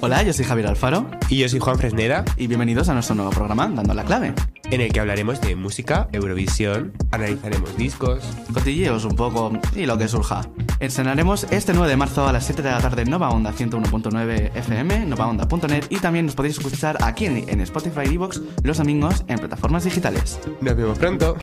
Hola, yo soy Javier Alfaro Y yo soy Juan Fresneda, y bienvenidos a nuestro nuevo programa Dando la Clave. en el que hablaremos de música, Eurovisión, analizaremos discos. Cotilleos un poco y lo que surja. Estrenaremos este 9 de marzo a las 7 de la tarde en Nova Onda 101.9 FM, novaonda.net y también nos podéis escuchar aquí en, en Spotify y Evox los domingos en plataformas digitales. Nos vemos pronto.